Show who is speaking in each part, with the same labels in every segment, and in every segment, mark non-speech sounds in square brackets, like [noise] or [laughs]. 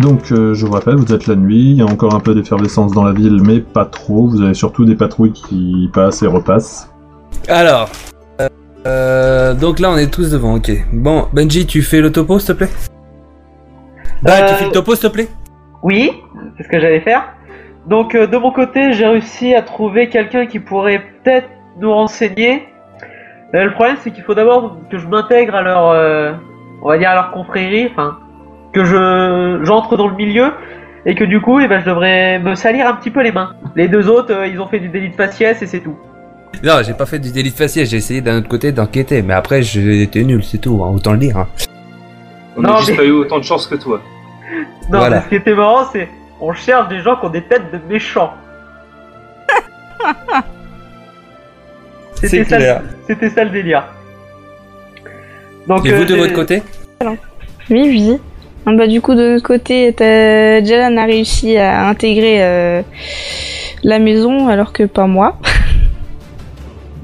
Speaker 1: Donc, euh, je vous rappelle, vous êtes la nuit, il y a encore un peu d'effervescence dans la ville, mais pas trop. Vous avez surtout des patrouilles qui passent et repassent.
Speaker 2: Alors. euh, euh, donc là, on est tous devant, ok. Bon, Benji, tu fais le topo, s'il te plaît Bah, tu
Speaker 3: Euh,
Speaker 2: fais le topo, s'il te plaît
Speaker 3: Oui, c'est ce que j'allais faire. Donc euh, de mon côté, j'ai réussi à trouver quelqu'un qui pourrait peut-être nous renseigner. Euh, le problème, c'est qu'il faut d'abord que je m'intègre à leur, euh, on va dire à leur confrérie, enfin que je j'entre dans le milieu et que du coup, eh ben, je devrais me salir un petit peu les mains. Les deux autres, euh, ils ont fait du délit de faciès et c'est tout.
Speaker 2: Non, j'ai pas fait du délit de faciès, j'ai essayé d'un autre côté d'enquêter, mais après, j'ai été nul, c'est tout, hein, autant le dire. hein.
Speaker 4: On
Speaker 3: Non,
Speaker 4: n'a juste
Speaker 3: mais-
Speaker 4: pas eu autant de chance que toi.
Speaker 3: Non,
Speaker 2: Voilà.
Speaker 3: mais ce qui était marrant, c'est on cherche des gens qui ont des têtes de méchants. C'était ça, le- c'était ça le délire. Donc,
Speaker 2: Et
Speaker 3: euh,
Speaker 2: vous, de
Speaker 3: j'ai-
Speaker 2: votre côté
Speaker 5: Oui, oui. Ah bah, du coup, de notre côté, t'as- Jalan a réussi à intégrer euh, la maison alors que pas moi.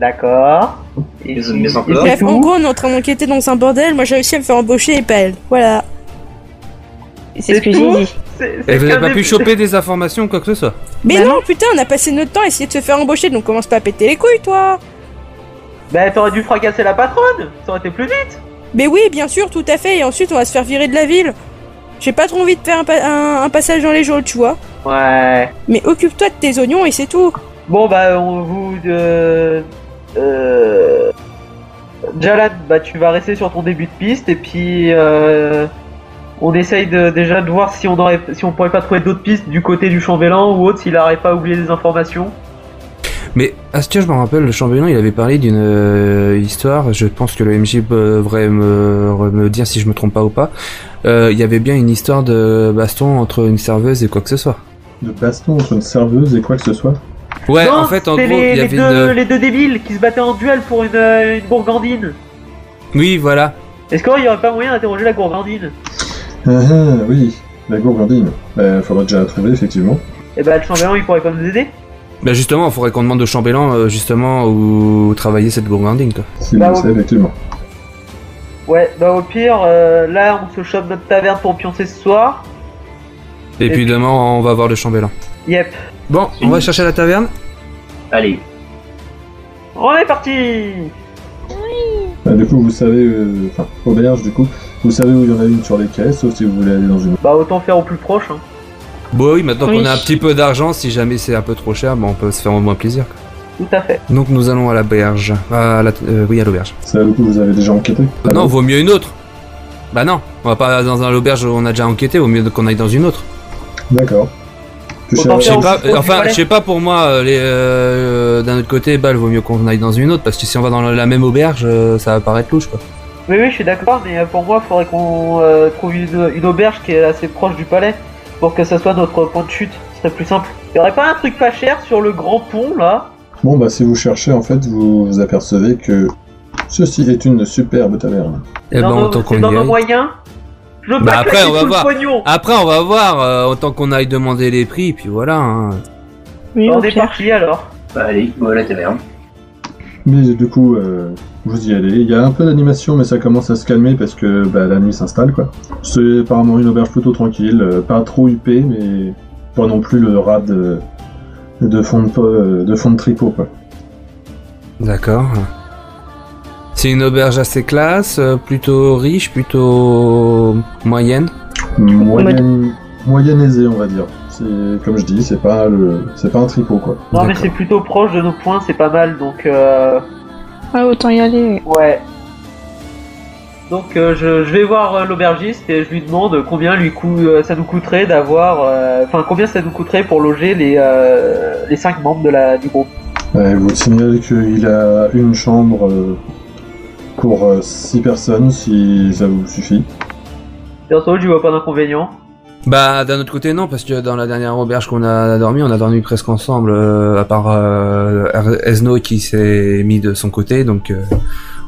Speaker 3: D'accord. Et
Speaker 4: Mais-
Speaker 3: puis-
Speaker 4: mais encore.
Speaker 3: et puis
Speaker 6: Bref, en
Speaker 3: tout.
Speaker 6: gros, on est en train d'enquêter dans un bordel. Moi, j'ai réussi à me faire embaucher et pas elle. Voilà.
Speaker 5: C'est ce que
Speaker 3: tout
Speaker 5: j'ai dit.
Speaker 3: C'est- c'est
Speaker 2: Et vous avez
Speaker 3: qu'un
Speaker 2: pas pu
Speaker 3: début.
Speaker 2: choper des informations ou quoi que ce soit
Speaker 6: Mais non, putain, on a passé notre temps à essayer de se faire embaucher, donc commence pas à péter les couilles, toi.
Speaker 3: Bah, t'aurais dû fracasser la patronne. Ça aurait été plus vite.
Speaker 6: Mais oui, bien sûr, tout à fait. Et ensuite, on va se faire virer de la ville. J'ai pas trop envie de faire un, pa- un- un passage dans les geôles, tu vois.
Speaker 3: Ouais.
Speaker 6: Mais occupe-toi de tes oignons et c'est tout.
Speaker 3: Bon, bah, on vous. Euh... euh, Jalan, bah, tu vas rester sur ton début de piste et puis. euh, On essaye de, déjà de voir si on aurait, si on pourrait pas trouver d'autres pistes du côté du chambellan ou autre, s'il aurait pas oublié des informations.
Speaker 2: Mais Astia, je me rappelle, le chambellan, il avait parlé d'une euh, histoire, je pense que le MJ devrait me, me dire si je me trompe pas ou pas. Euh, Il y avait bien une histoire de baston entre une serveuse et quoi que ce soit.
Speaker 1: De baston entre une serveuse et quoi que ce soit.
Speaker 2: Ouais,
Speaker 3: Non,
Speaker 2: en fait, en gros,
Speaker 3: c'est les,
Speaker 2: il y
Speaker 3: les
Speaker 2: avait
Speaker 3: deux,
Speaker 2: une...
Speaker 3: les deux débiles qui se battaient en duel pour une, euh, une bourgandine.
Speaker 2: Oui, voilà.
Speaker 3: Est-ce qu'il n'y aurait pas moyen d'interroger la gourmandine
Speaker 1: Ah, ah, oui, la gourgandine. Bah, faudra déjà la trouver, effectivement.
Speaker 3: Eh ben, le chambellan, il pourrait pas nous aider.
Speaker 2: Bah justement, il faudrait qu'on demande au chambellan, euh, justement, où travailler cette gourmandine, quoi.
Speaker 1: S'il
Speaker 3: Bah,
Speaker 1: le
Speaker 3: oui.
Speaker 1: sait, effectivement.
Speaker 3: Ouais, bah au pire, euh, là, on se chope notre taverne pour pioncer ce soir.
Speaker 2: Et,
Speaker 3: Et
Speaker 2: puis
Speaker 3: puis-
Speaker 2: demain, on va voir le chambellan.
Speaker 3: Yep.
Speaker 2: Bon, on va chercher à la taverne.
Speaker 4: Allez,
Speaker 3: On est parti
Speaker 1: Bah, du coup, vous savez, euh, enfin, auberge, du coup, vous savez où il y en a une sur les quais, sauf si vous voulez aller dans une.
Speaker 3: Bah autant faire au plus proche. Hein.
Speaker 2: Bon Bah oui, maintenant qu'on
Speaker 5: Oui.
Speaker 2: a un petit peu d'argent, si jamais c'est un peu trop cher, bah, on peut se faire au moins plaisir. quoi.
Speaker 3: Tout à fait.
Speaker 2: Donc nous allons à la berge. À la... euh, oui, à l'auberge.
Speaker 1: Ça, du coup, vous avez déjà enquêté
Speaker 3: Euh,
Speaker 1: Ah
Speaker 2: non,
Speaker 1: bon
Speaker 2: vaut mieux une autre. Bah non, on va pas dans un l'auberge où on a déjà enquêté, vaut mieux qu'on aille dans une autre.
Speaker 1: D'accord. Tu
Speaker 3: Autant
Speaker 1: cherches-
Speaker 2: Je sais
Speaker 3: au-
Speaker 2: pas,
Speaker 3: au- au-
Speaker 2: enfin,
Speaker 3: au-
Speaker 2: je sais pas pour moi, euh, les, euh, d'un autre côté, bah, il vaut mieux qu'on aille dans une autre, parce que si on va dans la même auberge, euh, ça va paraître louche, quoi.
Speaker 3: Oui, oui, je suis d'accord, mais euh, pour moi, faudrait qu'on euh, trouve une, une auberge qui est assez proche du palais pour que ça soit notre point de chute. Ce serait plus simple. Y aurait pas un truc pas cher sur le grand pont là
Speaker 1: Bon, bah, si vous cherchez, en fait, vous, vous apercevez que ceci est une superbe taverne.
Speaker 2: Eh ben,
Speaker 3: dans nos-
Speaker 2: autant qu'on
Speaker 3: C'est
Speaker 2: y
Speaker 3: dans nos
Speaker 2: aille.
Speaker 3: moyens Je veux
Speaker 2: Bah,
Speaker 3: pas
Speaker 2: après,
Speaker 3: claquer
Speaker 2: on va
Speaker 3: tout le
Speaker 2: voir.
Speaker 5: Ah,
Speaker 3: pognon.
Speaker 2: Après, on va voir, euh, autant qu'on aille demander les prix, puis voilà. hein.
Speaker 5: Oui,
Speaker 3: on
Speaker 5: au
Speaker 3: est
Speaker 5: pire.
Speaker 3: parti alors.
Speaker 4: bah allez, go à la taverne.
Speaker 1: Mais du coup, euh, vous y allez. Il y a un peu d'animation, mais ça commence à se calmer parce que bah, la nuit s'installe, quoi. C'est apparemment une auberge plutôt tranquille, euh, pas trop huppée, mais pas non plus le rat de, de, fond, de, po- euh, de fond de tricot, quoi.
Speaker 2: D'accord. C'est une auberge assez classe, euh, plutôt riche, plutôt moyenne.
Speaker 1: Moyenne, moyenne aisée, on va dire. C'est comme je dis, c'est pas le, c'est pas un tricot, quoi.
Speaker 3: Non, mais
Speaker 2: D'accord.
Speaker 3: c'est plutôt proche de nos points, c'est pas mal donc. Euh...
Speaker 5: Ouais, Ah, autant y aller.
Speaker 3: Ouais. Donc euh, je, je vais voir euh, l'aubergiste et je lui demande combien lui cou- euh, ça nous coûterait d'avoir, euh, enfin combien ça nous coûterait pour loger les euh, les cinq membres de la du groupe.
Speaker 1: Euh, il vous signale qu'il a une chambre euh, pour 6 personnes, si ça vous suffit.
Speaker 3: Bien sûr, je vois pas d'inconvénient.
Speaker 2: Bah, d'un autre côté, non, parce que dans la dernière auberge qu'on a dormi, on a dormi presque ensemble, euh, à part euh, Er- Esno qui s'est mis de son côté, donc euh,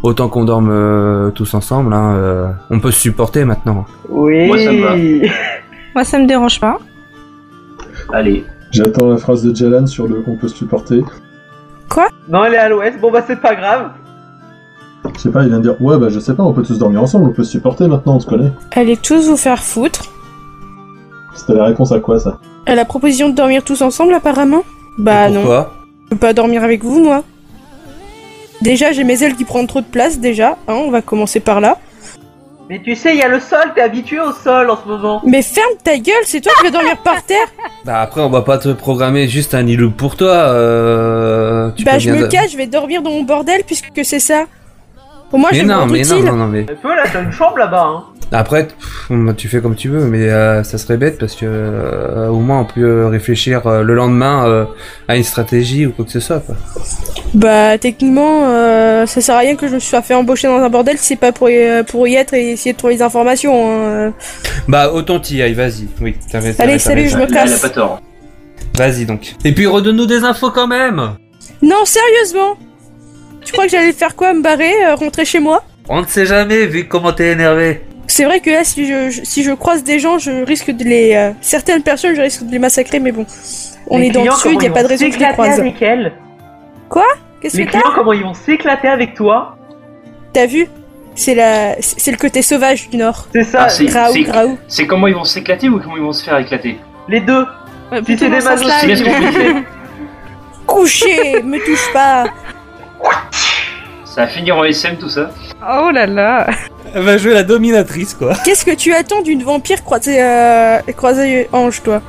Speaker 2: autant qu'on dorme euh, tous ensemble, hein, euh, on peut se supporter maintenant.
Speaker 3: Oui.
Speaker 4: Moi, ça me va.
Speaker 5: Moi, ça me dérange pas.
Speaker 4: Allez,
Speaker 1: J'attends la phrase de Jalan sur le qu'on peut se supporter.
Speaker 3: [laughs] non, elle est à l'ouest. Bon bah c'est pas grave.
Speaker 1: Je sais pas, il vient de dire Ouais, bah je sais pas, on peut tous dormir ensemble, on peut se supporter maintenant, on se connaît.
Speaker 6: Allez tous vous faire foutre.
Speaker 1: C'était la réponse à quoi ça
Speaker 6: À la proposition de dormir tous ensemble, apparemment Bah
Speaker 2: Et
Speaker 6: non,
Speaker 2: pourquoi
Speaker 6: je peux pas dormir avec vous, moi. Déjà, j'ai mes ailes qui prennent trop de place, déjà. Hein, on va commencer par là.
Speaker 3: Mais tu sais, il y a le sol, t'es habitué au sol en ce moment.
Speaker 6: Mais ferme ta gueule, c'est toi qui vas dormir par terre
Speaker 2: Bah après, on va pas te programmer juste un îlot pour toi. Euh... Tu
Speaker 6: Bah,
Speaker 2: peux
Speaker 6: je
Speaker 2: bien
Speaker 6: me
Speaker 2: de-
Speaker 6: cache, je vais dormir dans mon bordel, puisque c'est ça. Au moins, je
Speaker 2: Mais
Speaker 6: vais
Speaker 2: non,
Speaker 6: me rendre
Speaker 2: mais non,
Speaker 6: utile.
Speaker 2: non, non, mais
Speaker 3: Et toi, là, t'as une chambre là-bas, hein.
Speaker 2: après, pff, tu fais comme tu veux, mais euh, ça serait bête parce que euh, au moins on peut réfléchir euh, le lendemain euh, à une stratégie ou quoi que ce soit. Quoi.
Speaker 6: Bah, techniquement, euh, ça sert à rien que je me sois fait embaucher dans un bordel si c'est pas pour y, euh, pour y être et essayer de trouver des informations. hein.
Speaker 2: Bah autant t'y ailles, vas-y. Oui, t'as raison.
Speaker 6: Allez,
Speaker 2: t'as
Speaker 6: salut,
Speaker 2: raison.
Speaker 6: Je me
Speaker 4: Là, elle a
Speaker 6: casse.
Speaker 4: pas tort.
Speaker 2: Vas-y donc. Et puis redonne-nous des infos quand même.
Speaker 6: Non, sérieusement Tu crois que j'allais faire quoi Me barrer euh, Rentrer chez moi
Speaker 2: On ne sait jamais vu comment t'es énervé.
Speaker 6: C'est vrai que là, si je, je- si je croise des gens, je risque de les. euh, certaines personnes, je risque de les massacrer, mais bon. On
Speaker 3: Les
Speaker 6: est dans le
Speaker 3: clients,
Speaker 6: sud,
Speaker 3: comment
Speaker 6: y a
Speaker 3: ils
Speaker 6: pas de
Speaker 3: vont
Speaker 6: raison que je les
Speaker 3: s'éclater
Speaker 6: croise.
Speaker 3: avec elle.
Speaker 6: Qu'est-ce
Speaker 3: Les
Speaker 6: que t'as
Speaker 3: clients, comment ils vont s'éclater avec toi
Speaker 6: T'as vu C'est la, c'est c'est le côté sauvage du Nord.
Speaker 3: C'est ça,
Speaker 4: Ah, si.
Speaker 6: Graou,
Speaker 4: c'est-
Speaker 6: graou.
Speaker 4: C'est comment ils vont s'éclater ou comment ils vont se faire éclater
Speaker 3: les deux. Si c'est des masos,
Speaker 4: là,
Speaker 3: ils
Speaker 4: je-
Speaker 3: vont coucher.
Speaker 6: Couché, [laughs] me touche pas.
Speaker 4: Ça va finir en SM tout ça
Speaker 5: [laughs] Oh là là
Speaker 2: Elle va jouer la dominatrice quoi.
Speaker 6: Qu'est-ce que tu attends d'une vampire croisée, euh, croisée ange, toi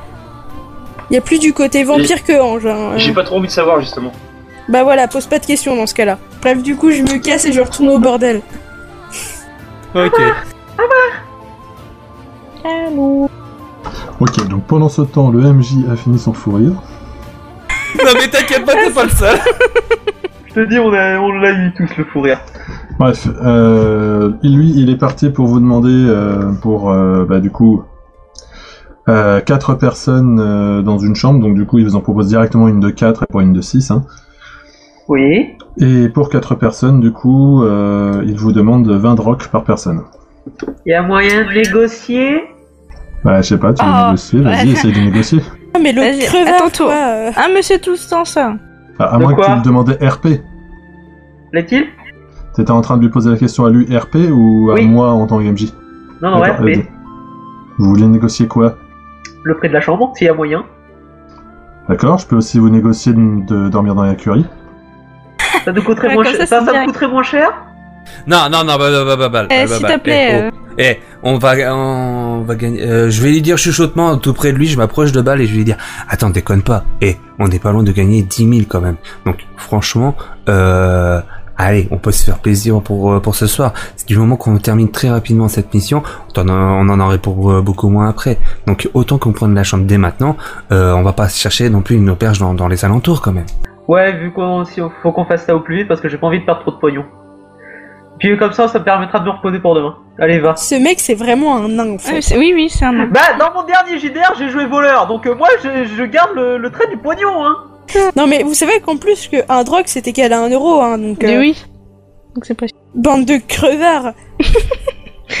Speaker 6: Y a plus du côté vampire que ange. hein, euh.
Speaker 4: J'ai pas trop envie de savoir justement.
Speaker 6: Bah voilà, pose pas de questions dans ce cas-là. Bref, du coup, je me casse et je retourne au bordel. [laughs]
Speaker 2: Ok.
Speaker 5: Allô
Speaker 1: Ok, donc pendant ce temps, le MJ a fini son fou rire.
Speaker 2: non mais t'inquiète pas, t'es pas le seul.
Speaker 3: Je te dis, on a- on l'a eu tous le fou rire.
Speaker 1: Bref, euh, lui, il est parti pour vous demander, euh, pour euh, bah, du coup, euh, quatre personnes euh, dans une chambre. Donc du coup, il vous en propose directement une de 4 et pour une de 6.
Speaker 3: Oui.
Speaker 1: Et pour quatre personnes, du coup, euh, il vous demande 20 drocs par personne.
Speaker 3: Il y a moyen de négocier.
Speaker 1: Bah, je sais pas, tu veux
Speaker 5: Oh,
Speaker 1: négocier, vas-y,
Speaker 3: [laughs]
Speaker 5: ouais.
Speaker 1: essaye de négocier.
Speaker 6: Ah, mais le
Speaker 5: Vas-y,
Speaker 6: crevard,
Speaker 5: attends, toi.
Speaker 6: quoi, euh.
Speaker 5: Ah, mais c'est tout le temps ça
Speaker 1: À, à
Speaker 3: De
Speaker 1: moins que tu
Speaker 3: quoi
Speaker 1: lui demandais RP.
Speaker 3: L'est-il
Speaker 1: T'étais en train de lui poser la question à lui RP ou à
Speaker 3: Oui.
Speaker 1: moi en tant que MJ
Speaker 3: Non, non, ouais,
Speaker 1: D'accord, les
Speaker 3: mais
Speaker 1: deux. Vous voulez négocier quoi
Speaker 3: le prix de la chambre, s'il y a moyen.
Speaker 1: D'accord, je peux aussi vous négocier de, de dormir dans la curie.
Speaker 3: Ça nous coûterait
Speaker 5: Ouais,
Speaker 3: moins
Speaker 5: comme
Speaker 3: cher. Ça,
Speaker 5: ça,
Speaker 3: ça
Speaker 5: c'est
Speaker 3: me
Speaker 5: direct.
Speaker 3: coûterait moins cher
Speaker 2: Non non non bah bah bah bah bah.
Speaker 5: Eh,
Speaker 2: bah,
Speaker 5: s'il
Speaker 2: bah,
Speaker 5: te
Speaker 6: euh,
Speaker 5: plaît,
Speaker 2: eh, oh. Eh, on va on va gagner. euh, je vais lui dire chuchotement tout près de lui. Je m'approche de balle et je vais lui dire. Attends, déconne pas. Eh, on n'est pas loin de gagner 10 000 quand même. Donc franchement, euh, allez, on peut se faire plaisir pour euh, pour ce soir. C'est du moment qu'on termine très rapidement cette mission. On en, on en aurait pour euh, beaucoup moins après. Donc autant qu'on prenne la chambre dès maintenant. Euh, on va pas chercher non plus une auberge dans dans les alentours quand même.
Speaker 3: Ouais, vu qu'on si, faut qu'on fasse ça au plus vite parce que j'ai pas envie de perdre trop de pognon. Puis euh, comme ça, ça me permettra de me reposer pour demain. Allez, va.
Speaker 6: Ce mec, c'est vraiment un nain,
Speaker 5: Ah,
Speaker 6: en
Speaker 5: mais
Speaker 6: fait.
Speaker 5: c'est- Oui, oui, c'est un nom.
Speaker 3: Bah, dans mon dernier JDR, j'ai joué voleur, donc euh, moi, je, je garde le, le trait du pognon, hein.
Speaker 6: Non, mais vous savez qu'en plus, que un drogue, c'est égal à un euro, hein, donc... euh,
Speaker 5: Mais Eh oui Donc c'est pas...
Speaker 6: Bande de crevards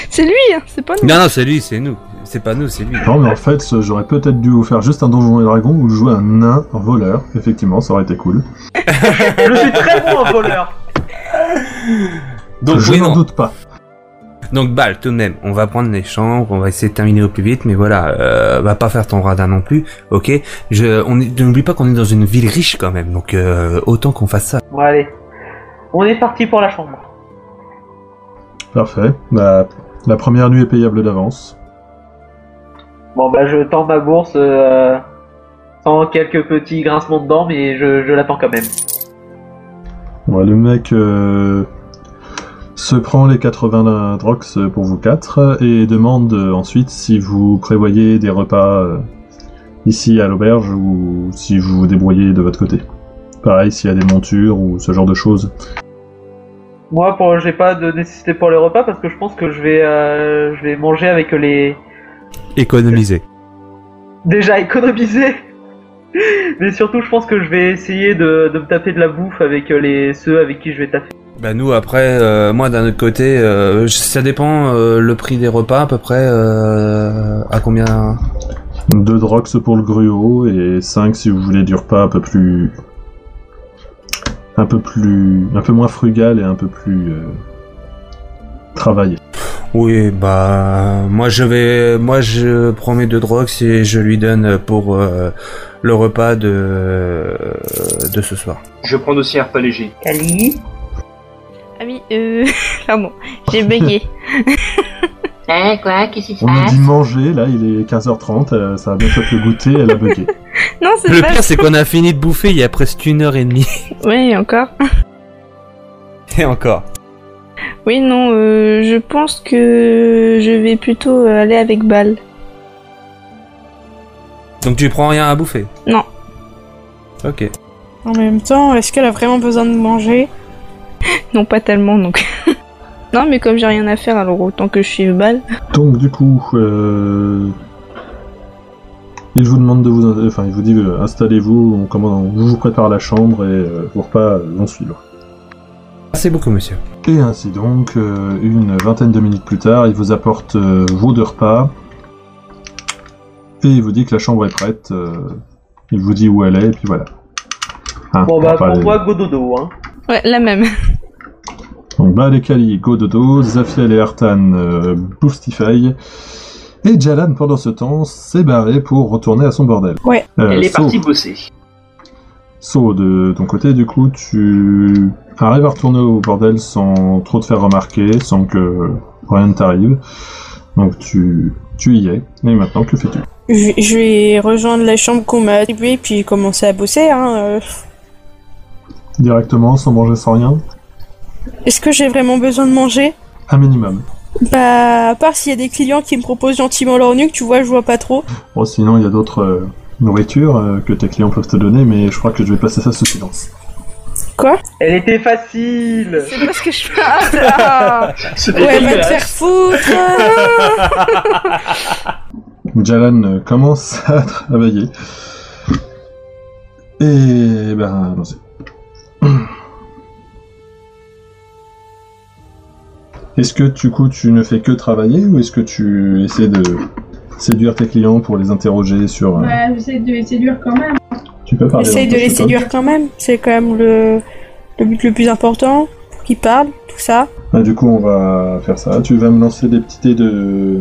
Speaker 5: C'est lui, hein, c'est pas nous
Speaker 2: Non non, c'est lui, c'est nous. C'est pas nous, c'est lui.
Speaker 1: Non, mais en fait, ce- j'aurais peut-être dû vous faire juste un donjon et dragon ou jouer un nain voleur. Effectivement, ça aurait été cool.
Speaker 3: Je suis très bon en voleur.
Speaker 2: Donc
Speaker 1: je
Speaker 2: oui,
Speaker 1: n'en
Speaker 2: non.
Speaker 1: doute pas.
Speaker 2: Donc balle, tout de même, on va prendre les chambres, on va essayer de terminer au plus vite, mais voilà, euh, va pas faire ton radin non plus, ok Je, on est- n'oublie pas qu'on est dans une ville riche quand même, donc euh, autant qu'on fasse ça.
Speaker 3: Bon, allez. On est parti pour la chambre.
Speaker 1: Parfait. Bah, la première nuit est payable d'avance.
Speaker 3: Bon, bah, je tends ma bourse euh, sans quelques petits grincements de dents, mais je, je l'attends quand même.
Speaker 1: Ouais, le mec euh, se prend les 80 drox pour vous quatre et demande euh, ensuite si vous prévoyez des repas euh, ici à l'auberge ou si vous vous débrouillez de votre côté. Pareil, s'il y a des montures ou ce genre de choses.
Speaker 3: Moi, pour, j'ai pas de nécessité pour les repas parce que je pense que je vais, euh, je vais manger avec les
Speaker 2: Économiser.
Speaker 3: déjà économisés. [laughs] Mais surtout, je pense que je vais essayer de, de me taper de la bouffe avec euh, les ceux avec qui je vais taper.
Speaker 2: Bah nous après, euh, moi d'un autre côté, euh, je- ça dépend euh, le prix des repas à peu près euh, à combien.
Speaker 1: Deux drox pour le gruau et 5 si vous voulez du repas un peu plus. un peu plus. un peu moins frugal et un peu plus. euh, travaillé.
Speaker 2: Oui, bah moi je vais, moi je prends mes deux drogues et je lui donne pour euh, le repas de de ce soir.
Speaker 4: Je vais prendre aussi un repas léger.
Speaker 3: Cali.
Speaker 5: Ah oui, euh... [laughs] Pardon,
Speaker 2: [laughs]
Speaker 5: j'ai bugué.
Speaker 7: Eh, quoi Qu'est-ce qui se
Speaker 1: On a
Speaker 7: passe
Speaker 1: dit manger, là il est 15h30, euh, ça va bientôt être le goûter, elle a bugué.
Speaker 5: Non, c'est
Speaker 2: Le
Speaker 5: pas...
Speaker 2: pire c'est qu'on a fini de bouffer il y a presque une heure et demie. [laughs]
Speaker 5: Oui, encore.
Speaker 2: Et encore.
Speaker 5: Oui, non, euh, je pense que je vais plutôt euh, aller avec Bal.
Speaker 2: Donc tu prends rien à bouffer.
Speaker 5: Non.
Speaker 2: Ok.
Speaker 6: En même temps, est-ce qu'elle a vraiment besoin de manger
Speaker 5: Non, pas tellement, donc. [laughs] non, mais comme j'ai rien à faire, alors autant que je suive Bal.
Speaker 1: Donc du coup, euh, il vous demande de vous, enfin il vous dit euh, installez-vous, on commande, on vous prépare la chambre et euh, vos repas euh, vont suivre.
Speaker 2: C'est beaucoup monsieur.
Speaker 1: Et ainsi donc, euh, une vingtaine de minutes plus tard, il vous apporte euh, vos deux repas et il vous dit que la chambre est prête. euh, il vous dit où elle est et puis voilà. Hein,
Speaker 3: Bon
Speaker 1: on
Speaker 3: bah
Speaker 1: va pas
Speaker 3: pour
Speaker 1: aller-
Speaker 3: moi Gododo hein.
Speaker 5: Ouais, la même.
Speaker 1: Donc Bal et Kali, Gododo, Zafiel et Artan euh, bouffent Stify. Et Jalan, pendant ce temps, s'est barré pour retourner à son bordel.
Speaker 6: Ouais.
Speaker 1: Euh,
Speaker 4: Elle est
Speaker 1: sauf-
Speaker 4: partie bosser.
Speaker 1: So, de ton côté, du coup, tu arrives à retourner au bordel sans trop te faire remarquer, sans que rien ne t'arrive. Donc tu, tu y es. Et maintenant, que fais-tu
Speaker 6: je, je vais rejoindre la chambre qu'on m'a attribuée puis commencer à bosser. Hein. euh.
Speaker 1: Directement, sans manger, sans rien
Speaker 6: Est-ce que j'ai vraiment besoin de manger
Speaker 1: Un minimum.
Speaker 6: Bah, à part s'il y a des clients qui me proposent gentiment leur nuque, tu vois, je vois pas trop.
Speaker 1: Bon, sinon, il y a d'autres euh, nourritures euh, que tes clients peuvent te donner, mais je crois que je vais passer ça sous silence.
Speaker 3: Elle était facile.
Speaker 5: [laughs] C'est pas ce que je pense.
Speaker 4: C'était
Speaker 6: Ouais, va te
Speaker 4: dégueulasse.
Speaker 6: faire foutre
Speaker 1: Jalan euh, commence [laughs] à travailler. Et ben, non, c'est- [clears throat] Est-ce que du coup tu ne fais que travailler ou est-ce que tu essaies de séduire tes clients pour les interroger sur... euh,
Speaker 8: Bah, j'essaie de les séduire quand même.
Speaker 1: Tu peux parler.
Speaker 6: Essaye
Speaker 1: un
Speaker 6: de
Speaker 1: peu,
Speaker 6: les
Speaker 1: s'il te
Speaker 6: séduire quand même, c'est quand même le, le but le plus important, pour qu'ils parlent, tout ça.
Speaker 1: plaît. Ah, du coup on va faire ça. Tu vas me lancer des petits dés de...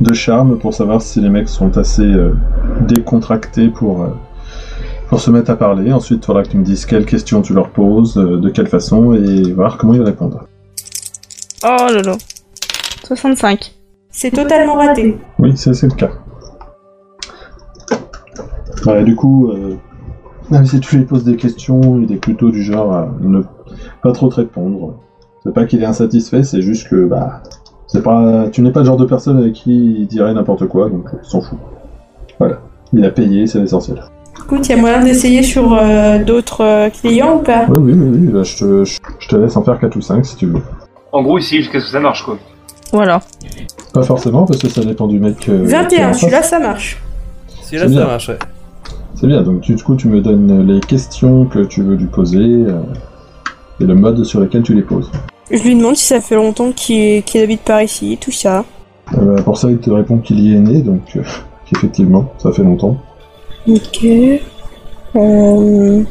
Speaker 1: de charme pour savoir si les mecs sont assez euh, décontractés pour... euh, Pour se mettre à parler, ensuite il faudra que tu me dises quelles questions tu leur poses, euh, de quelle façon, et voir comment ils répondent.
Speaker 5: oh lolo. 65.
Speaker 6: C'est totalement raté.
Speaker 1: Oui, ça, c'est le cas. Ouais, du coup, euh, même si tu lui poses des questions, il est plutôt du genre à ne pas trop te répondre. C'est pas qu'il est insatisfait, c'est juste que bah, c'est pas, tu n'es pas le genre de personne avec qui il dirait n'importe quoi, donc il s'en fout. Voilà, il a payé, c'est l'essentiel.
Speaker 6: Écoute, y a moyen d'essayer sur euh, d'autres euh, clients ou pas
Speaker 1: Oui, oui, oui, oui, bah, je, te, je- je te laisse en faire 4 ou 5 si tu veux.
Speaker 4: En gros, ici, jusqu'à ce que ça marche, quoi.
Speaker 5: Ou alors.
Speaker 1: Pas forcément, parce que ça dépend du mec. euh, qui est en
Speaker 6: 21,
Speaker 1: face.
Speaker 6: celui-là ça marche.
Speaker 2: Si
Speaker 1: C'est bien.
Speaker 2: marche. ouais.
Speaker 1: C'est bien, donc tu- du coup tu me donnes les questions que tu veux lui poser euh, et le mode sur lequel tu les poses.
Speaker 6: Je lui demande si ça fait longtemps qu'il qu'il habite par ici, tout ça.
Speaker 1: Euh, bah, pour ça il te répond qu'il y est né, donc euh, [laughs] effectivement, ça fait longtemps.
Speaker 6: Ok. Euh,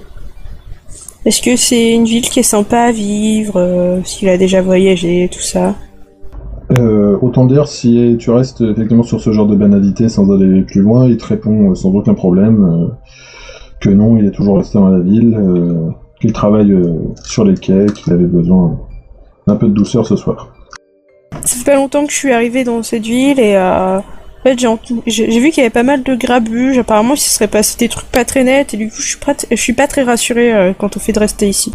Speaker 6: Est-ce que c'est une ville qui est sympa à vivre euh, S'il a déjà voyagé, tout ça.
Speaker 1: Euh, autant dire, si tu restes effectivement sur ce genre de banalité sans aller plus loin, il te répond euh, sans aucun problème euh, que non, il est toujours resté dans la ville, euh, qu'il travaille euh, sur les quais, qu'il avait besoin d'un peu de douceur ce soir.
Speaker 6: Ça fait pas longtemps que je suis arrivée dans cette ville et euh, en fait j'ai ent- j'ai j'ai vu qu'il y avait pas mal de grabuges. Apparemment, il se serait passé des trucs pas très nets et du coup, je suis, prête- je suis pas très rassurée euh, quant au fait de rester ici.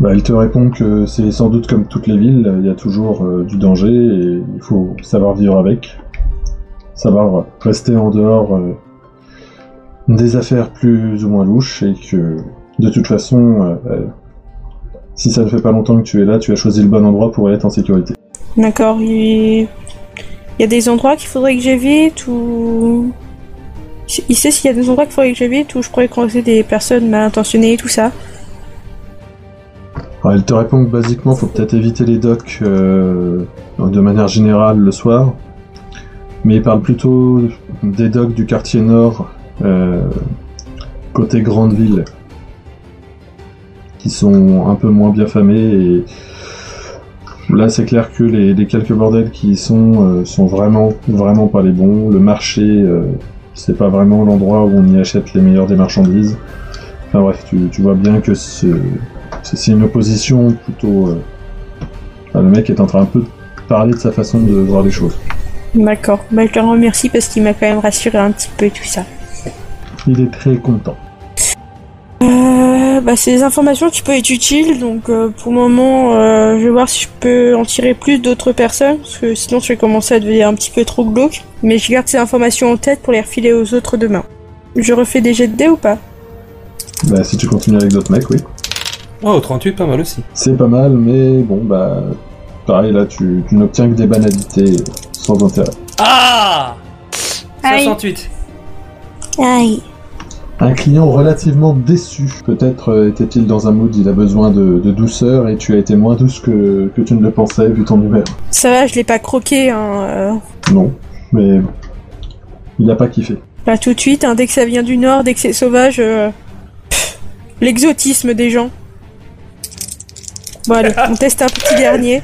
Speaker 1: Bah, elle te répond que c'est sans doute comme toutes les villes, il y a toujours euh, du danger et il faut savoir vivre avec, savoir rester en dehors euh, des affaires plus ou moins louches et que de toute façon, euh, euh, si ça ne fait pas longtemps que tu es là, tu as choisi le bon endroit pour être en sécurité.
Speaker 6: D'accord, il... il y a des endroits qu'il faudrait que j'évite ou. Il sait s'il y a des endroits qu'il faudrait que j'évite ou je pourrais croiser des personnes mal intentionnées et tout ça.
Speaker 1: Alors, elle te répond que basiquement, faut peut-être éviter les docks euh, de manière générale le soir, mais il parle plutôt des docks du quartier nord, euh, côté grande ville, qui sont un peu moins bien famés et Là, c'est clair que les, les quelques bordels qui y sont euh, sont vraiment, vraiment pas les bons. Le marché, euh, c'est pas vraiment l'endroit où on y achète les meilleures des marchandises. Enfin bref, tu, tu vois bien que ce- c'est c'est une opposition plutôt. euh, enfin, le mec est en train un peu de parler de sa façon de voir les choses.
Speaker 6: D'accord. Bah, je le remercie parce qu'il m'a quand même rassuré un petit peu et tout ça.
Speaker 1: Il est très content.
Speaker 6: Euh, bah, c'est des informations qui peuvent être utiles, donc euh, pour le moment, euh, je vais voir si je peux en tirer plus d'autres personnes, parce que sinon je vais commencer à devenir un petit peu trop glauque. Mais je garde ces informations en tête pour les refiler aux autres demain. Je refais des jets de dés ou pas
Speaker 1: Bah, si tu continues avec d'autres mecs, oui.
Speaker 2: Oh, 38, pas mal aussi.
Speaker 1: C'est pas mal, mais bon, bah. Pareil, là, tu, tu n'obtiens que des banalités sans intérêt.
Speaker 2: Ah
Speaker 5: Aïe.
Speaker 2: 68.
Speaker 6: Aïe.
Speaker 1: Un client relativement déçu. Peut-être euh, était-il dans un mood, il a besoin de, de douceur et tu as été moins douce que, que tu ne le pensais vu ton humeur.
Speaker 6: Ça va, je l'ai pas croqué, hein, euh,
Speaker 1: Non, mais il n'a pas kiffé.
Speaker 6: pas tout de suite, hein, dès que ça vient du nord, dès que c'est sauvage, euh, pff, l'exotisme des gens. Bon allez, on teste un petit dernier.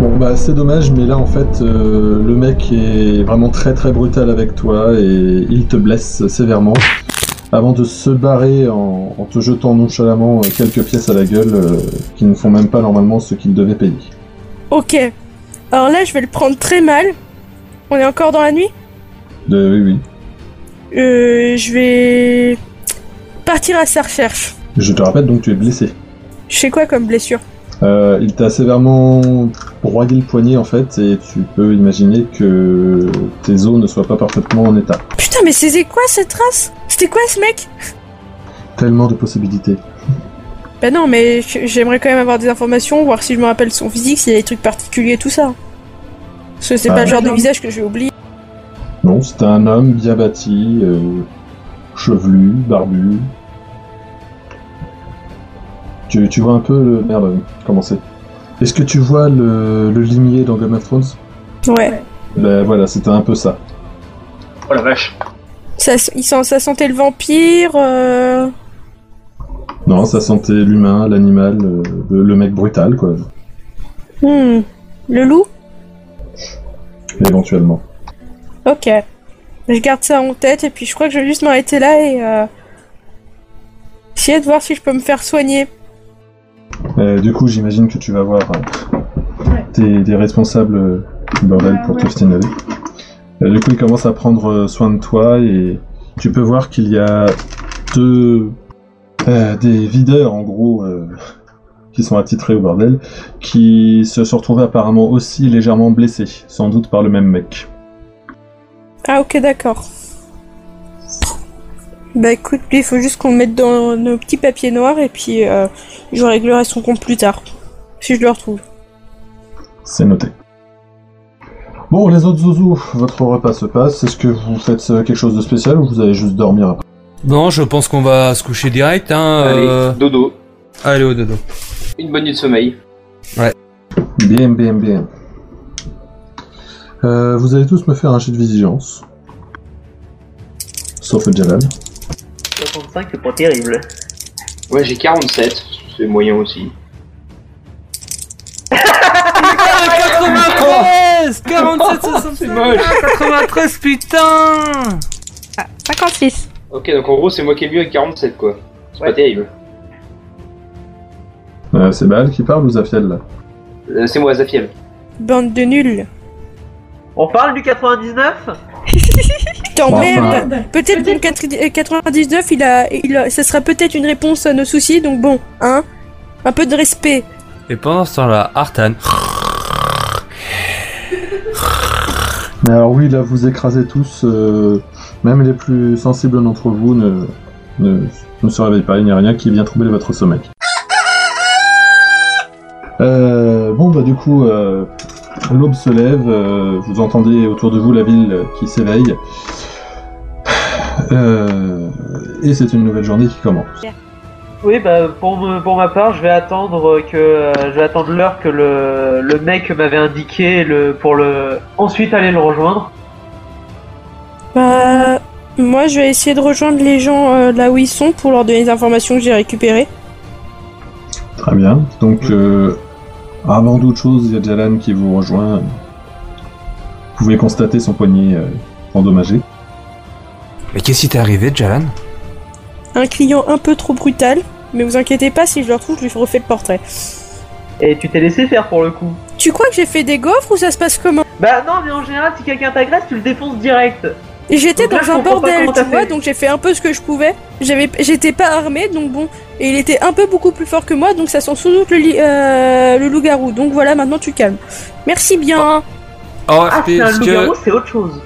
Speaker 1: Bon bah c'est dommage, mais là en fait euh, le mec est vraiment très très brutal avec toi et il te blesse sévèrement. Avant de se barrer en, en te jetant nonchalamment euh, quelques pièces à la gueule euh, qui ne font même pas normalement ce qu'il devait payer.
Speaker 6: Ok. Alors là, je vais le prendre très mal. On est encore dans la nuit
Speaker 1: De, oui oui,
Speaker 6: Euh, je vais partir à sa recherche.
Speaker 1: je te rappelle donc tu es blessé.
Speaker 6: Je fais quoi comme blessure
Speaker 1: Euh, il t'a sévèrement broyé le poignet en fait, et tu peux imaginer que tes os ne soient pas parfaitement en état.
Speaker 6: Putain, mais c'est quoi cette trace C'était quoi ce mec
Speaker 1: Tellement de possibilités.
Speaker 6: Bah non, mais j- j'aimerais quand même avoir des informations, voir si je me rappelle son physique, s'il y a des trucs particuliers, tout ça. Parce que c'est
Speaker 1: Ah.
Speaker 6: pas le genre de visage que je vais oublier.
Speaker 1: Non, c'était un homme bien bâti, euh, chevelu, barbu. Tu, tu vois un peu le. Merde, euh, comment c'est Est-ce que tu vois le, le limier dans Game of Thrones
Speaker 6: Ouais.
Speaker 1: Là, Voilà, c'était un peu ça.
Speaker 4: Oh la vache.
Speaker 6: Ça, s- il sent, ça sentait le vampire. euh,
Speaker 1: Non, ça sentait l'humain, l'animal, euh, le, le mec brutal quoi,
Speaker 6: hmm, Le loup
Speaker 1: éventuellement.
Speaker 6: Ok. Je garde ça en tête et puis je crois que je vais juste m'arrêter là et euh, essayer de voir si je peux me faire soigner.
Speaker 1: Euh, du coup, j'imagine que tu vas voir euh,
Speaker 8: Ouais.
Speaker 1: tes, des responsables euh, du bordel
Speaker 8: Ah,
Speaker 1: pour
Speaker 8: ouais.
Speaker 1: t'obstiner. Euh, du coup, ils commencent à prendre euh, soin de toi et tu peux voir qu'il y a deux euh, des videurs en gros euh, qui sont attitrés au bordel qui se sont retrouvés apparemment aussi légèrement blessés, sans doute par le même mec.
Speaker 6: Ah ok d'accord. Bah écoute, lui il faut juste qu'on le mette dans nos petits papiers noirs et puis euh, je réglerai son compte plus tard. Si je le retrouve.
Speaker 1: C'est noté. Bon, les autres zouzous, votre repas se passe. Est-ce que vous faites euh, quelque chose de spécial ou vous allez juste dormir après
Speaker 2: Non, je pense qu'on va se coucher direct, hein. euh,
Speaker 4: Allez, dodo.
Speaker 2: Allez au dodo.
Speaker 4: Une bonne nuit de sommeil.
Speaker 1: Bien, bien, bien. Euh, vous allez tous me faire un jet de vigilance. Sauf le Jalal.
Speaker 3: 65, c'est pas terrible.
Speaker 4: Ouais, j'ai 47. C'est moyen aussi.
Speaker 2: 93 47
Speaker 4: C'est moche.
Speaker 2: 93 putain
Speaker 5: 56.
Speaker 4: Ok, donc en gros, c'est moi qui ai le mieux avec 47, quoi. C'est pas
Speaker 3: Ouais.
Speaker 4: terrible.
Speaker 1: Euh, c'est Baal qui parle ou Zafiel là
Speaker 4: Euh, c'est moi, Zafiel.
Speaker 6: Bande de nuls.
Speaker 3: On parle du 99
Speaker 6: T'emmerdes
Speaker 1: Enfin.
Speaker 6: Peut-être que le quatre- euh, 99 il a, il a- ça sera peut-être une réponse à nos soucis, donc bon, hein Un peu de respect.
Speaker 2: Et pendant ce temps-là, Artan.
Speaker 1: Mais Alors oui, là vous écrasez tous, euh, même les plus sensibles d'entre vous ne, ne, ne se réveillent pas, il n'y a rien qui vient troubler votre sommeil. Euh, bon bah du coup, euh, l'aube se lève, euh, vous entendez autour de vous la ville qui s'éveille, Euh, et c'est une nouvelle journée qui commence.
Speaker 3: Oui, bah pour, me- pour ma part, je vais attendre que euh, je vais attendre l'heure que le, le mec m'avait indiqué le, pour le ensuite aller le rejoindre.
Speaker 6: Bah, Moi, je vais essayer de rejoindre les gens euh, là où ils sont pour leur donner les informations que j'ai récupérées.
Speaker 1: Très bien. Donc, euh, avant toute chose, il y a Jalan qui vous rejoint. Vous pouvez constater son poignet euh, endommagé.
Speaker 2: Mais qu'est-ce qui t'est arrivé, Jalan
Speaker 6: Un client un peu trop brutal, mais vous inquiétez pas, si je le retrouve, je lui refais le portrait.
Speaker 3: Et tu t'es laissé faire pour le coup.
Speaker 6: Tu crois que j'ai fait des gaufres ou ça se passe comment
Speaker 3: Bah non, mais en général, si quelqu'un t'agresse, tu le défonces direct.
Speaker 6: Et J'étais
Speaker 3: Donc là,
Speaker 6: dans
Speaker 3: je
Speaker 6: un
Speaker 3: comprends pas
Speaker 6: bordel,
Speaker 3: comment
Speaker 6: tu
Speaker 3: t'as
Speaker 6: vois,
Speaker 3: fait.
Speaker 6: donc j'ai fait un peu ce que je pouvais. J'avais, j'étais pas armé, donc bon. Et il était un peu beaucoup plus fort que moi, donc ça sent sans doute le, li- euh, le loup-garou. Donc voilà, maintenant tu calmes. Merci bien.
Speaker 2: Oh,
Speaker 3: Ah, c'est un
Speaker 2: parce que...
Speaker 3: loup-garou, c'est autre chose.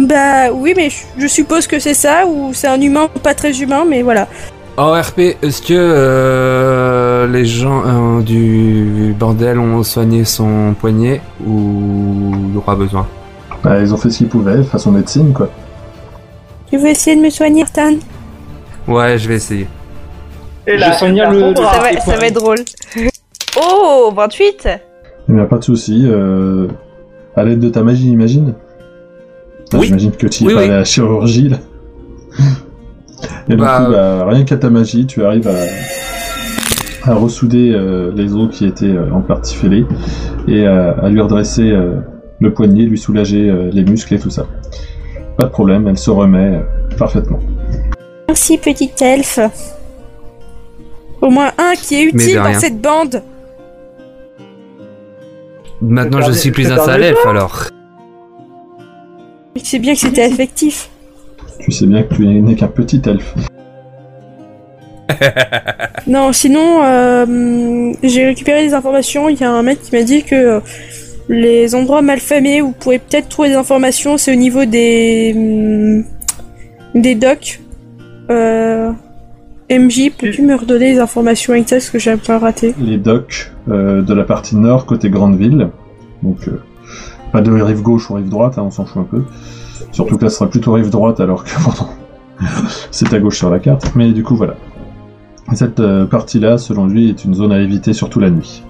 Speaker 6: Bah oui, mais je- je suppose que c'est ça, ou c'est un humain pas très humain, mais voilà.
Speaker 2: En RP, est-ce que euh, les gens euh, du bordel ont soigné son poignet ou il y aura besoin
Speaker 1: Bah, ils ont fait ce qu'ils pouvaient, façon médecine, quoi.
Speaker 6: Tu veux essayer de me soigner, Tan
Speaker 2: Ouais, je vais essayer.
Speaker 3: Et
Speaker 4: Je
Speaker 3: là,
Speaker 4: sens bien le-
Speaker 3: bras.
Speaker 5: Ça va, ça va être drôle. Oh, 28
Speaker 1: Il n'y a pas de souci. euh, à l'aide de ta magie, imagine. Ah,
Speaker 2: Oui.
Speaker 1: J'imagine que tu y
Speaker 2: Oui,
Speaker 1: vas
Speaker 2: oui.
Speaker 1: à la chirurgie, là. Et
Speaker 2: Bah,
Speaker 1: du coup, bah, rien qu'à ta magie, tu arrives à, à ressouder euh, les os qui étaient euh, en partie fêlés et euh, à lui redresser euh, le poignet, lui soulager euh, les muscles et tout ça. Pas de problème, elle se remet euh, parfaitement.
Speaker 6: Merci, petite elfe. Au moins un qui est
Speaker 2: Mais de
Speaker 6: utile dans
Speaker 2: rien.
Speaker 6: cette bande.
Speaker 2: Maintenant, je
Speaker 3: perdu-
Speaker 2: suis plus un
Speaker 3: t'as perdu
Speaker 2: sale
Speaker 3: le
Speaker 2: elfe, alors.
Speaker 6: C'est bien que c'était affectif.
Speaker 1: Tu sais bien que tu n'es qu'un petit elfe.
Speaker 6: Non, sinon, euh, hum, j'ai récupéré des informations. Il y a un mec qui m'a dit que euh, les endroits malfamés où vous pourrez peut-être trouver des informations, c'est au niveau des hum, des docks. Euh, MJ, peux-tu me redonner les informations exactes parce que j'ai un peu raté
Speaker 1: les docks euh, de la partie nord côté grande ville. Donc euh, pas de rive gauche ou rive droite, hein, on s'en fout un peu. Surtout que là ce sera plutôt rive droite alors que [laughs] pardon, c'est à gauche sur la carte. Mais du coup voilà. Cette euh, partie-là, selon lui, est une zone à éviter surtout la nuit.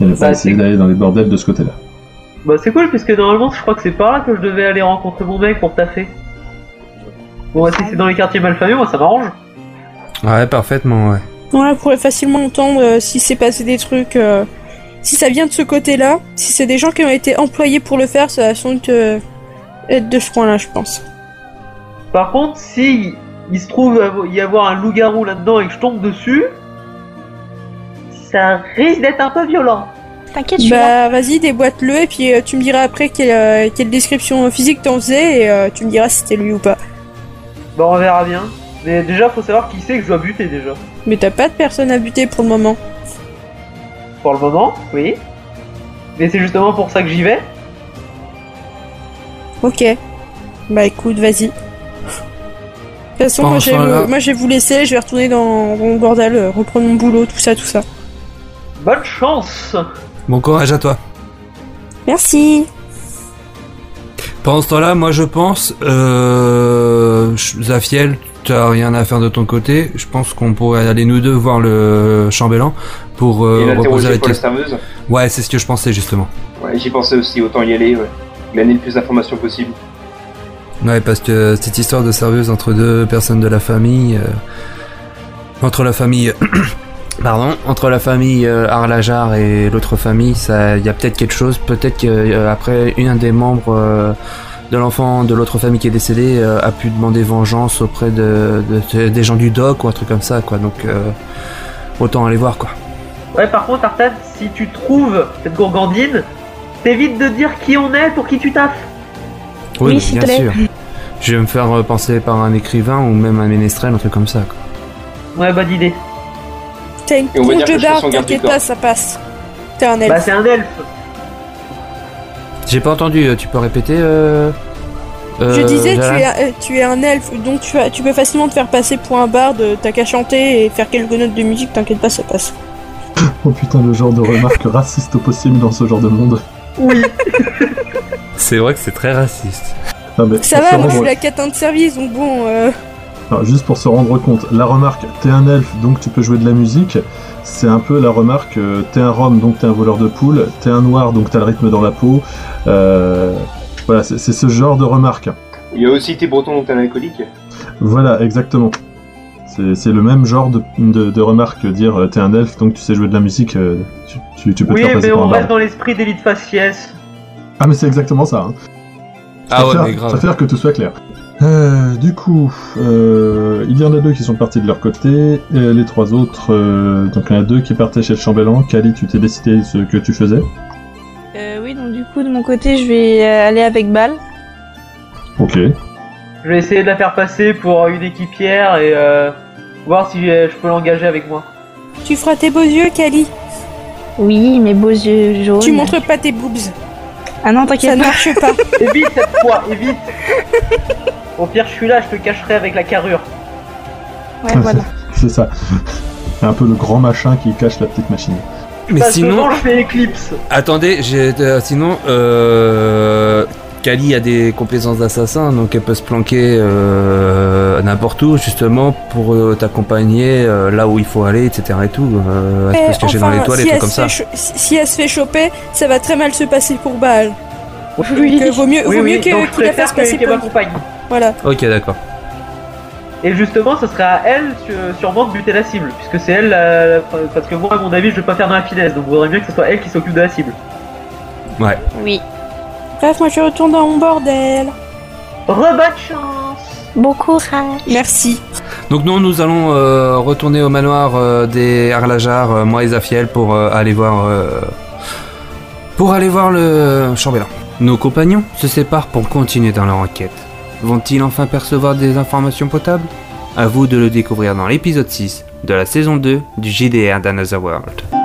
Speaker 1: Et ne pas
Speaker 3: Bah,
Speaker 1: essayer
Speaker 3: c'est-
Speaker 1: d'aller dans les bordels de ce côté-là.
Speaker 3: Bah c'est cool, puisque normalement, je crois que c'est par là que je devais aller rencontrer mon mec pour taffer. Bon, bah, si c'est dans les quartiers malfamés, moi ça m'arrange.
Speaker 2: Ouais, parfaitement, ouais.
Speaker 6: Ouais, on pourrait facilement entendre euh, si s'est passé des trucs. euh, si ça vient de ce côté-là, si c'est des gens qui ont été employés pour le faire, ça va sans doute euh, être de ce coin-là, je pense.
Speaker 3: Par contre, si il se trouve av- y avoir un loup-garou là-dedans et que je tombe dessus, ça risque d'être un peu violent.
Speaker 5: T'inquiète, je suis là.
Speaker 6: Bah vas-y, déboîte-le et puis euh, tu me diras après quelle, euh, quelle description physique t'en faisais et euh, tu me diras si c'était lui ou pas.
Speaker 3: Bah on verra bien. Mais déjà, faut savoir qui c'est que je dois buter déjà.
Speaker 6: Mais t'as pas de personne à buter pour le moment.
Speaker 3: Pour le moment, oui. Mais c'est justement pour ça que j'y vais.
Speaker 6: Ok. Bah écoute, vas-y. De toute façon,
Speaker 2: Bon,
Speaker 6: moi, je vais
Speaker 2: enfin,
Speaker 6: vous-
Speaker 2: là-
Speaker 6: moi, je vais vous laisser, je vais retourner dans mon bordel, euh, reprendre mon boulot, tout ça, tout ça.
Speaker 3: Bonne chance
Speaker 2: Bon courage à toi.
Speaker 6: Merci.
Speaker 2: Pendant ce temps-là, moi, je pense... Euh, je- Zafiel, t'as rien à faire de ton côté. Je pense qu'on pourrait aller, nous deux, voir le chambellan pour euh,
Speaker 4: Et
Speaker 2: reposer la
Speaker 4: l'interroger pour la
Speaker 2: question.
Speaker 4: serveuse.
Speaker 2: Ouais, c'est ce que je pensais, justement.
Speaker 4: Ouais, j'y pensais aussi, autant y aller, ouais. Glaner le plus d'informations possible.
Speaker 2: Ouais, parce que cette histoire de serveuse entre deux personnes de la famille, euh, entre la famille, [coughs] pardon, entre la famille euh, Arlajar et l'autre famille, ça, il y a peut-être quelque chose. Peut-être qu'après, un des membres euh, de l'enfant de l'autre famille qui est décédé euh, a pu demander vengeance auprès de, de- de- des gens du doc ou un truc comme ça, quoi. Donc, euh, autant aller voir, quoi.
Speaker 3: Ouais, par contre, Artane, si tu trouves cette gourgandine, t'évites de dire qui on est pour qui tu taffes.
Speaker 5: Oui, Oui, s'il
Speaker 2: bien
Speaker 5: te plaît.
Speaker 2: sûr. Je vais me faire euh, penser par un écrivain ou même un ménestrel, un truc comme ça. Quoi.
Speaker 3: Ouais, bonne idée.
Speaker 6: T'as une
Speaker 4: Et on va
Speaker 6: tronche
Speaker 4: dire que
Speaker 6: de
Speaker 4: je suis
Speaker 6: barbe,
Speaker 4: son garde du
Speaker 6: t'inquiète
Speaker 4: corps.
Speaker 6: pas, ça passe. T'es un elfe.
Speaker 3: Bah, c'est un elfe.
Speaker 2: J'ai pas entendu, euh, tu peux répéter euh,
Speaker 6: Je
Speaker 2: euh,
Speaker 6: disais,
Speaker 2: Jalan
Speaker 6: tu es, euh, tu es un elfe, donc tu, as- tu peux facilement te faire passer pour un barde, euh, t'as qu'à chanter et faire quelques notes de musique, t'inquiète pas, ça passe.
Speaker 1: Oh putain, le genre de
Speaker 6: [laughs]
Speaker 1: remarque raciste au possible dans ce genre de monde.
Speaker 2: C'est vrai que c'est très raciste.
Speaker 1: Non, mais
Speaker 6: Ça
Speaker 1: pour se
Speaker 6: va, moi je
Speaker 1: rendre-
Speaker 6: suis la catin de service, donc bon, euh,
Speaker 1: Alors, juste pour se rendre compte, la remarque t'es un elfe donc tu peux jouer de la musique, c'est un peu la remarque euh, t'es un rome donc t'es un voleur de poule, t'es un noir donc t'as le rythme dans la peau. Euh, voilà, c'est c'est ce genre de remarque.
Speaker 9: Il y a aussi T'es breton donc t'es un alcoolique.
Speaker 1: Voilà, exactement. C'est c'est le même genre de, de, de remarque que dire euh, t'es un elfe donc tu sais jouer de la musique, euh, tu, tu- tu peux te
Speaker 3: Oui,
Speaker 1: faire passer
Speaker 3: mais
Speaker 1: pour
Speaker 3: on
Speaker 1: un
Speaker 3: reste
Speaker 1: barde.
Speaker 3: dans l'esprit d'élite faciès.
Speaker 1: Ah mais c'est exactement ça. hein.
Speaker 2: Ah ouais,
Speaker 1: préfère,
Speaker 2: mais grave.
Speaker 1: préfère que tout soit clair. Euh, du coup, euh, il y en a deux qui sont partis de leur côté, et les trois autres, euh, donc il y en a deux qui partaient chez le chambellan. Kali, tu t'es décidé ce que tu faisais.
Speaker 5: Euh, oui, donc du coup, de mon côté, je vais euh, aller avec Bal.
Speaker 1: Ok.
Speaker 3: Je vais essayer de la faire passer pour une équipière et euh, voir si euh, je peux l'engager avec moi.
Speaker 6: Tu feras tes beaux yeux, Kali.
Speaker 5: Oui, mes beaux yeux jaunes.
Speaker 6: Tu montres pas tes boobs.
Speaker 5: Ah non,
Speaker 6: Ça
Speaker 5: t'inquiète
Speaker 6: ne
Speaker 5: pas.
Speaker 6: marche
Speaker 2: [laughs]
Speaker 6: pas.
Speaker 3: Évite
Speaker 6: [laughs]
Speaker 3: cette fois, évite Au pire, je suis là, je te cacherai avec la carrure.
Speaker 5: Ouais, voilà.
Speaker 1: C'est ça.
Speaker 2: Mmh.
Speaker 1: Un peu le grand machin qui cache la petite machine.
Speaker 2: Mais
Speaker 3: Parce que
Speaker 2: sinon,
Speaker 3: quand je fais éclipse.
Speaker 2: attendez, j'ai, euh, sinon, euh, Kali a des complaisances d'assassin, donc elle peut se planquer euh, n'importe où, justement, pour euh, t'accompagner euh, là où il faut aller, etc. Et tout. Euh, elle peut se cacher
Speaker 6: enfin,
Speaker 2: dans les toiles,
Speaker 6: si
Speaker 2: et tout
Speaker 6: elle
Speaker 2: comme
Speaker 6: se
Speaker 2: ça.
Speaker 6: fait cho- si- si elle se fait choper, ça va très mal se passer pour Baal.
Speaker 3: Oui,
Speaker 6: Donc, euh, vaut mieux, vaut mieux que-
Speaker 3: donc je
Speaker 6: qu'il la fasse
Speaker 3: préfère
Speaker 6: passer
Speaker 3: que- qu'elle
Speaker 6: pour.
Speaker 3: m'accompagne.
Speaker 6: Voilà.
Speaker 2: Ok, d'accord.
Speaker 3: Et justement, ce serait à elle euh, sûrement de buter la cible, puisque c'est elle, la- la- parce que moi, à mon avis, je vais pas faire dans la finesse, donc vaudrait mieux que ce soit elle qui s'occupe de la cible.
Speaker 7: Oui.
Speaker 6: Bref, moi je retourne dans mon bordel.
Speaker 3: Rebat de chance
Speaker 7: Bon courage.
Speaker 6: Merci.
Speaker 2: Donc nous, nous allons euh, retourner au manoir euh, des Arlajars, euh, moi et Zafiel, pour euh, aller voir euh, pour aller voir le chambellan. Nos compagnons se séparent pour continuer dans leur enquête. Vont-ils enfin percevoir des informations potables À vous de le découvrir dans l'épisode 6 de la saison 2 du JDR d'Another World.